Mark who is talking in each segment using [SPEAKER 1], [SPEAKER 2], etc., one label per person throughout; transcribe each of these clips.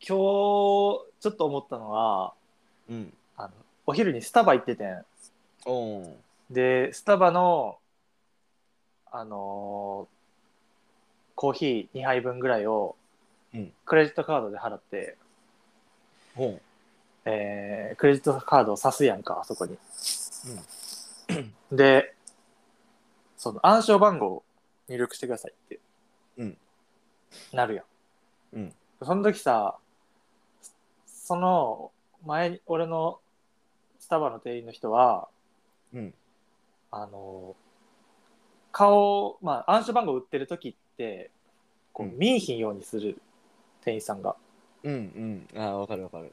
[SPEAKER 1] 日ちょっと思ったのは
[SPEAKER 2] うん。
[SPEAKER 1] あのお昼にスタバ行っててん
[SPEAKER 2] おー
[SPEAKER 1] でスタバのあのーコーヒー2杯分ぐらいを
[SPEAKER 2] うん
[SPEAKER 1] クレジットカードで払って、
[SPEAKER 2] ほう。
[SPEAKER 1] えークレジットカードを挿すやんかあそこに、でその暗証番号を入力してくださいって、
[SPEAKER 2] うん
[SPEAKER 1] なるやん
[SPEAKER 2] うん。
[SPEAKER 1] その時さその前に俺のスタバの店員の人は
[SPEAKER 2] うん。
[SPEAKER 1] あの顔まあ暗証番号売ってる時ってこう
[SPEAKER 2] うん
[SPEAKER 1] 見えひんようにする店員さんが。
[SPEAKER 2] うんうん。ああ、わかるわかる。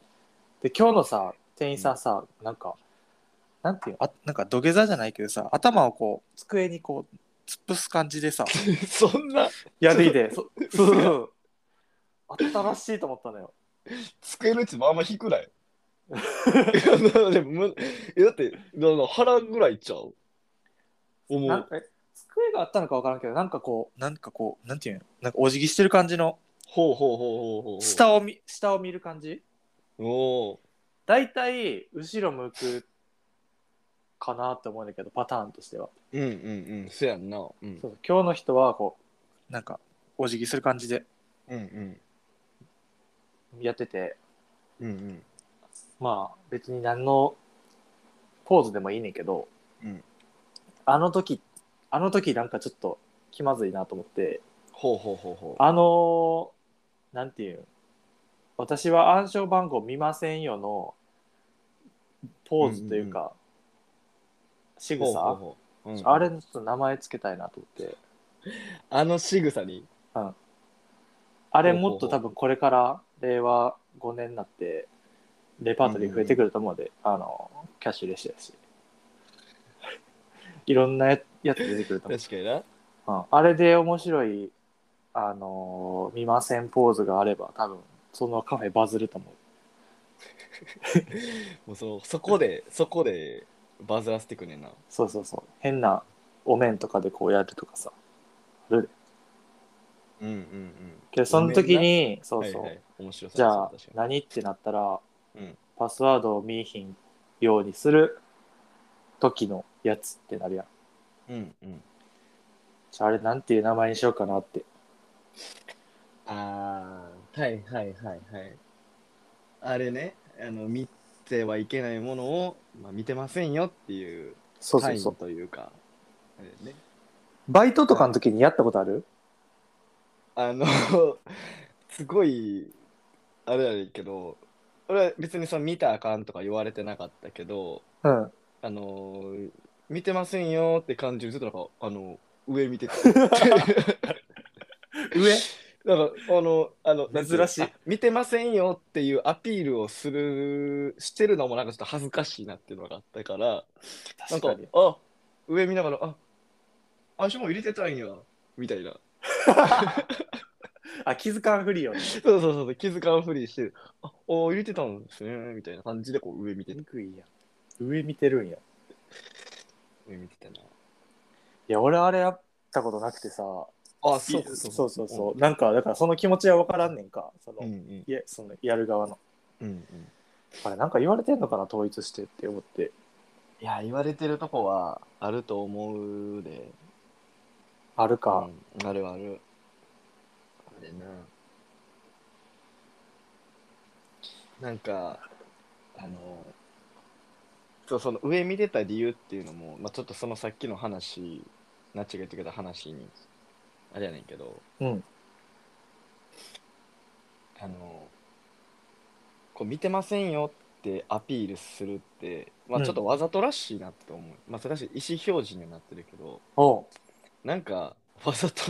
[SPEAKER 1] で今日のさ店員さんさ、なんかなんていうのあなんか土下座じゃないけどさ頭をこう机にこう突っ伏す感じでさ
[SPEAKER 2] そんな、
[SPEAKER 1] やってきて そそうそうそう新しいと思ったのよ。
[SPEAKER 2] 机の位置もあんま引く ない。いやなでもむえだってなな腹ぐらいちゃう思
[SPEAKER 1] なん
[SPEAKER 2] う
[SPEAKER 1] かえ机があったのか分からんけどなんかこうなんかこうなんていうのなんかお辞儀してる感じの
[SPEAKER 2] ほうほうほうほうほう
[SPEAKER 1] 下を見下を見る感じ
[SPEAKER 2] おー
[SPEAKER 1] 大体後ろ向くかなって思うんだけどパターンとしては、
[SPEAKER 2] うんうんうんそやんなうん
[SPEAKER 1] そう今日の人はこうなんかお辞儀する感じで
[SPEAKER 2] うんうん
[SPEAKER 1] やってて
[SPEAKER 2] うんうん
[SPEAKER 1] まあ別に何のポーズでもいいねんけど、
[SPEAKER 2] うん
[SPEAKER 1] あの時あの時なんかちょっと気まずいなと思って
[SPEAKER 2] ほうほうほうほう
[SPEAKER 1] あのーなんていうん私は暗証番号見ませんよのポーズというか、仕
[SPEAKER 2] ほう
[SPEAKER 1] 草
[SPEAKER 2] ほうほううん
[SPEAKER 1] あれのちょっと名前つけたいなと思って
[SPEAKER 2] あの仕草に
[SPEAKER 1] あれもっと多分これから令和5年になってレパートリー増えてくると思うので、あのキャッシュレスやし いろんなややつ出てくると思う
[SPEAKER 2] 確かにな
[SPEAKER 1] うんあれで面白いあのー見ませんポーズがあれば多分そのカフェバズると思う
[SPEAKER 2] もうそのそこでそこでバズらせてくんねんな
[SPEAKER 1] そうそうそう変なお面とかでこうやるとかさ
[SPEAKER 2] うんうんうん
[SPEAKER 1] けどその時にそう
[SPEAKER 2] はい
[SPEAKER 1] そう、
[SPEAKER 2] はい面白そう
[SPEAKER 1] じゃあ
[SPEAKER 2] そう確か
[SPEAKER 1] 何ってなったら、
[SPEAKER 2] うん
[SPEAKER 1] パスワードを見えひんようにする時のやつってなるやん。
[SPEAKER 2] にうんうん
[SPEAKER 1] じゃああれなんていう名前にしようかなって。
[SPEAKER 2] ああ、はいはいはいはい。あれね、あの見てはいけないものを、まあ、見てませんよっていう
[SPEAKER 1] そうそうそう。
[SPEAKER 2] サインというか、あれね、
[SPEAKER 1] バイトとかの時にやったことある
[SPEAKER 2] あの、 すごい、あれやねんけど、俺は別にその見たらあかんとか言われてなかったけど、
[SPEAKER 1] うん。
[SPEAKER 2] あのー、見てませんよって感じでずっとなんか、あの、上見て た。
[SPEAKER 1] 上
[SPEAKER 2] なんかあのあの
[SPEAKER 1] 珍しい
[SPEAKER 2] なんてうのあ見てませんよっていうアピールをするしてるのもなんかちょっと恥ずかしいなっていうのがあったからなん
[SPEAKER 1] 確
[SPEAKER 2] か
[SPEAKER 1] かに。
[SPEAKER 2] あ上見ながらあ足も入れてたんやみたいな
[SPEAKER 1] あ、気づかんふりよね。
[SPEAKER 2] そうそうそう気づかんふりしてあお入れてたんですねみたいな感じでこう上見て
[SPEAKER 1] 見にくいやん。上見てるんや。い
[SPEAKER 2] 上見てたな
[SPEAKER 1] や、俺あれやったことなくてさ。
[SPEAKER 2] あ
[SPEAKER 1] いそうそうそう。なんか、だからその気持ちは分からんねんか。その、
[SPEAKER 2] うんう
[SPEAKER 1] い
[SPEAKER 2] ん
[SPEAKER 1] や、その、やる側の。
[SPEAKER 2] うんうん
[SPEAKER 1] あれ、なんか言われてんのかな、統一してって思って。
[SPEAKER 2] いや言われてるとこはあると思うで
[SPEAKER 1] あるか。
[SPEAKER 2] うん、あるある。あれな。なんか、あの、そうその上見てた理由っていうのも、まあ、ちょっとそのさっきの話、なっちが言ってくれた話に、あれやねんけど、
[SPEAKER 1] うん。
[SPEAKER 2] あの、こう見てませんよってアピールするって、ま
[SPEAKER 1] う
[SPEAKER 2] あ、
[SPEAKER 1] ん
[SPEAKER 2] ちょっとわざとらしいなって思う。まあ、それらしい意思表示にはなってるけど、
[SPEAKER 1] おう。
[SPEAKER 2] なんかわざと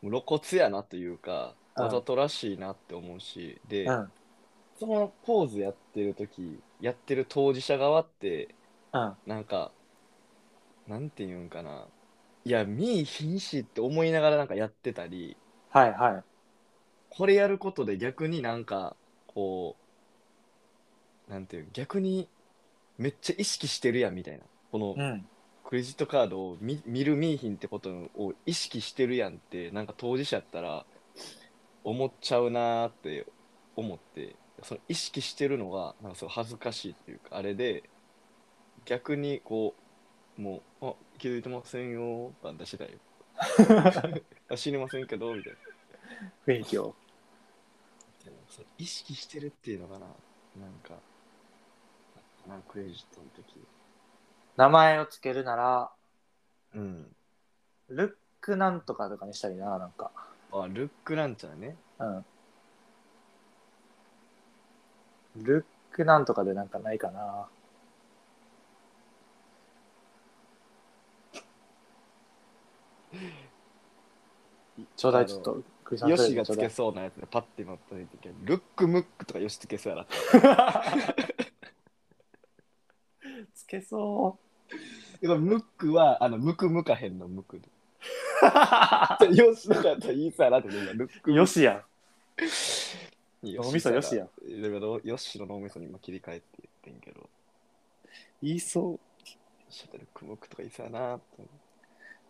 [SPEAKER 2] もう露骨やなというか
[SPEAKER 1] うん
[SPEAKER 2] わざとらしいなって思うし、で、
[SPEAKER 1] うん。
[SPEAKER 2] そのポーズやってる時やってる当事者側って
[SPEAKER 1] うん。
[SPEAKER 2] なんかなんていうんかないや見いひんしって思いながらなんかやってたり
[SPEAKER 1] はいはい。
[SPEAKER 2] これやることで逆になんかこうなんていう逆にめっちゃ意識してるやんみたいなこの
[SPEAKER 1] うん。
[SPEAKER 2] クレジットカードを見見る見いひんってことを意識してるやんってなんか当事者やったら思っちゃうなーって思ってその意識してるのがなんかそう恥ずかしいっていうかあれで逆にこうもう「あ気づいてませんよ」とか出してたよあ知りませんけどみたいな
[SPEAKER 1] 雰囲気を。
[SPEAKER 2] でもその意識してるっていうのかななんかなんかクレジットの時
[SPEAKER 1] 名前をつけるなら、
[SPEAKER 2] うん
[SPEAKER 1] ルックなんとかとかにしたいな、なんか。
[SPEAKER 2] あルックなんちゃらね
[SPEAKER 1] うん。ルックなんとかでなんかないかな。 ちょうだい、ちょっと。クリスマ
[SPEAKER 2] ヨ
[SPEAKER 1] ス
[SPEAKER 2] シが
[SPEAKER 1] プ
[SPEAKER 2] つ
[SPEAKER 1] レ
[SPEAKER 2] け
[SPEAKER 1] ゼントち
[SPEAKER 2] そうなやつでパッて今出てきてルックムックとかヨシつけそうやなって
[SPEAKER 1] ょうだいつけそう。
[SPEAKER 2] でもムックはあのムクムカへんのムクで ヨシとかやったら言いそうやなって今 ルックムック
[SPEAKER 1] よしやん。
[SPEAKER 2] 脳
[SPEAKER 1] 脳みそヨシや
[SPEAKER 2] んだからヨシの脳みそに今切り替えて言ってんけど
[SPEAKER 1] 言いそう。
[SPEAKER 2] シャトルクムックとか言いそうやなって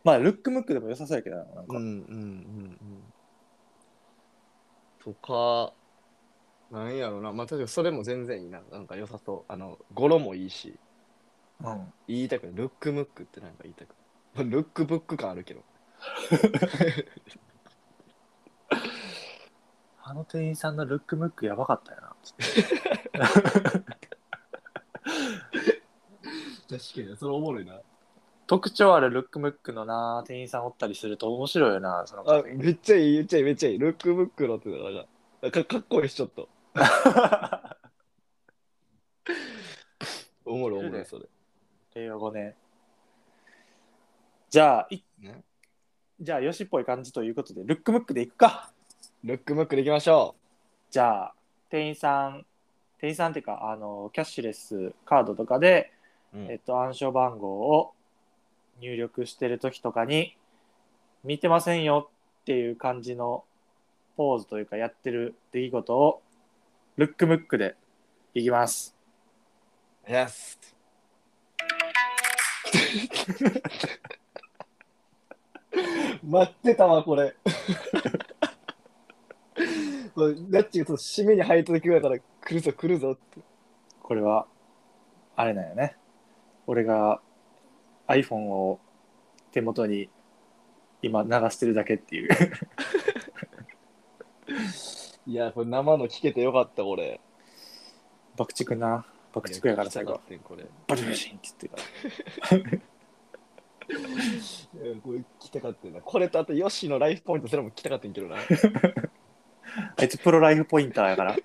[SPEAKER 1] まあ、ルックムックでも良さそうやけどな、なん
[SPEAKER 2] うん
[SPEAKER 1] か。
[SPEAKER 2] うんうんうん。とか、なんやろな、まあ、確かにそれも全然いいな、なんか良さそう。あの、語呂もいいし、
[SPEAKER 1] うん。
[SPEAKER 2] 言いたくない。ルックムックってなんか言いたくない。ルックブック感あるけど。
[SPEAKER 1] あの店員さんのルックムックやばかったよな。
[SPEAKER 2] 確かに、それおもろいな。
[SPEAKER 1] 特徴あるルックムックのな店員さんおったりすると面白いよなその
[SPEAKER 2] あ、めっちゃいい、めっちゃいい、めっちゃいい。ルックブックのってなんか、なんかかっこいいし、ちょっ と。おもろいおもろい、それ。
[SPEAKER 1] 令和5年じゃあい
[SPEAKER 2] ね
[SPEAKER 1] じゃあよしっぽい感じということでルックムックでいくか
[SPEAKER 2] ルックムックでいきましょ
[SPEAKER 1] じゃあ店員さん店員さんっていうかあのキャッシュレスカードとかで、
[SPEAKER 2] う。う
[SPEAKER 1] えっと、暗証番号を入力してる時とかに見てませんよっていう感じのポーズというかやってる出来事をルックムックでいきます
[SPEAKER 2] ん。やす。待ってたわ、こ れ。これだってその締めに入った時ぐらいから来るぞ来るぞって
[SPEAKER 1] これはあれなんよね俺が iPhone を手元に今流してるだけっていう
[SPEAKER 2] いやこれ生の聞けてよかったこれ
[SPEAKER 1] 爆竹な爆竹やから最後
[SPEAKER 2] いやこれ
[SPEAKER 1] バリバリンって言ってから
[SPEAKER 2] いやこれ来たかったよなこれとあとヨッシーのライフポイントすらも来たかったんけどな
[SPEAKER 1] あいつプロライフポインターやから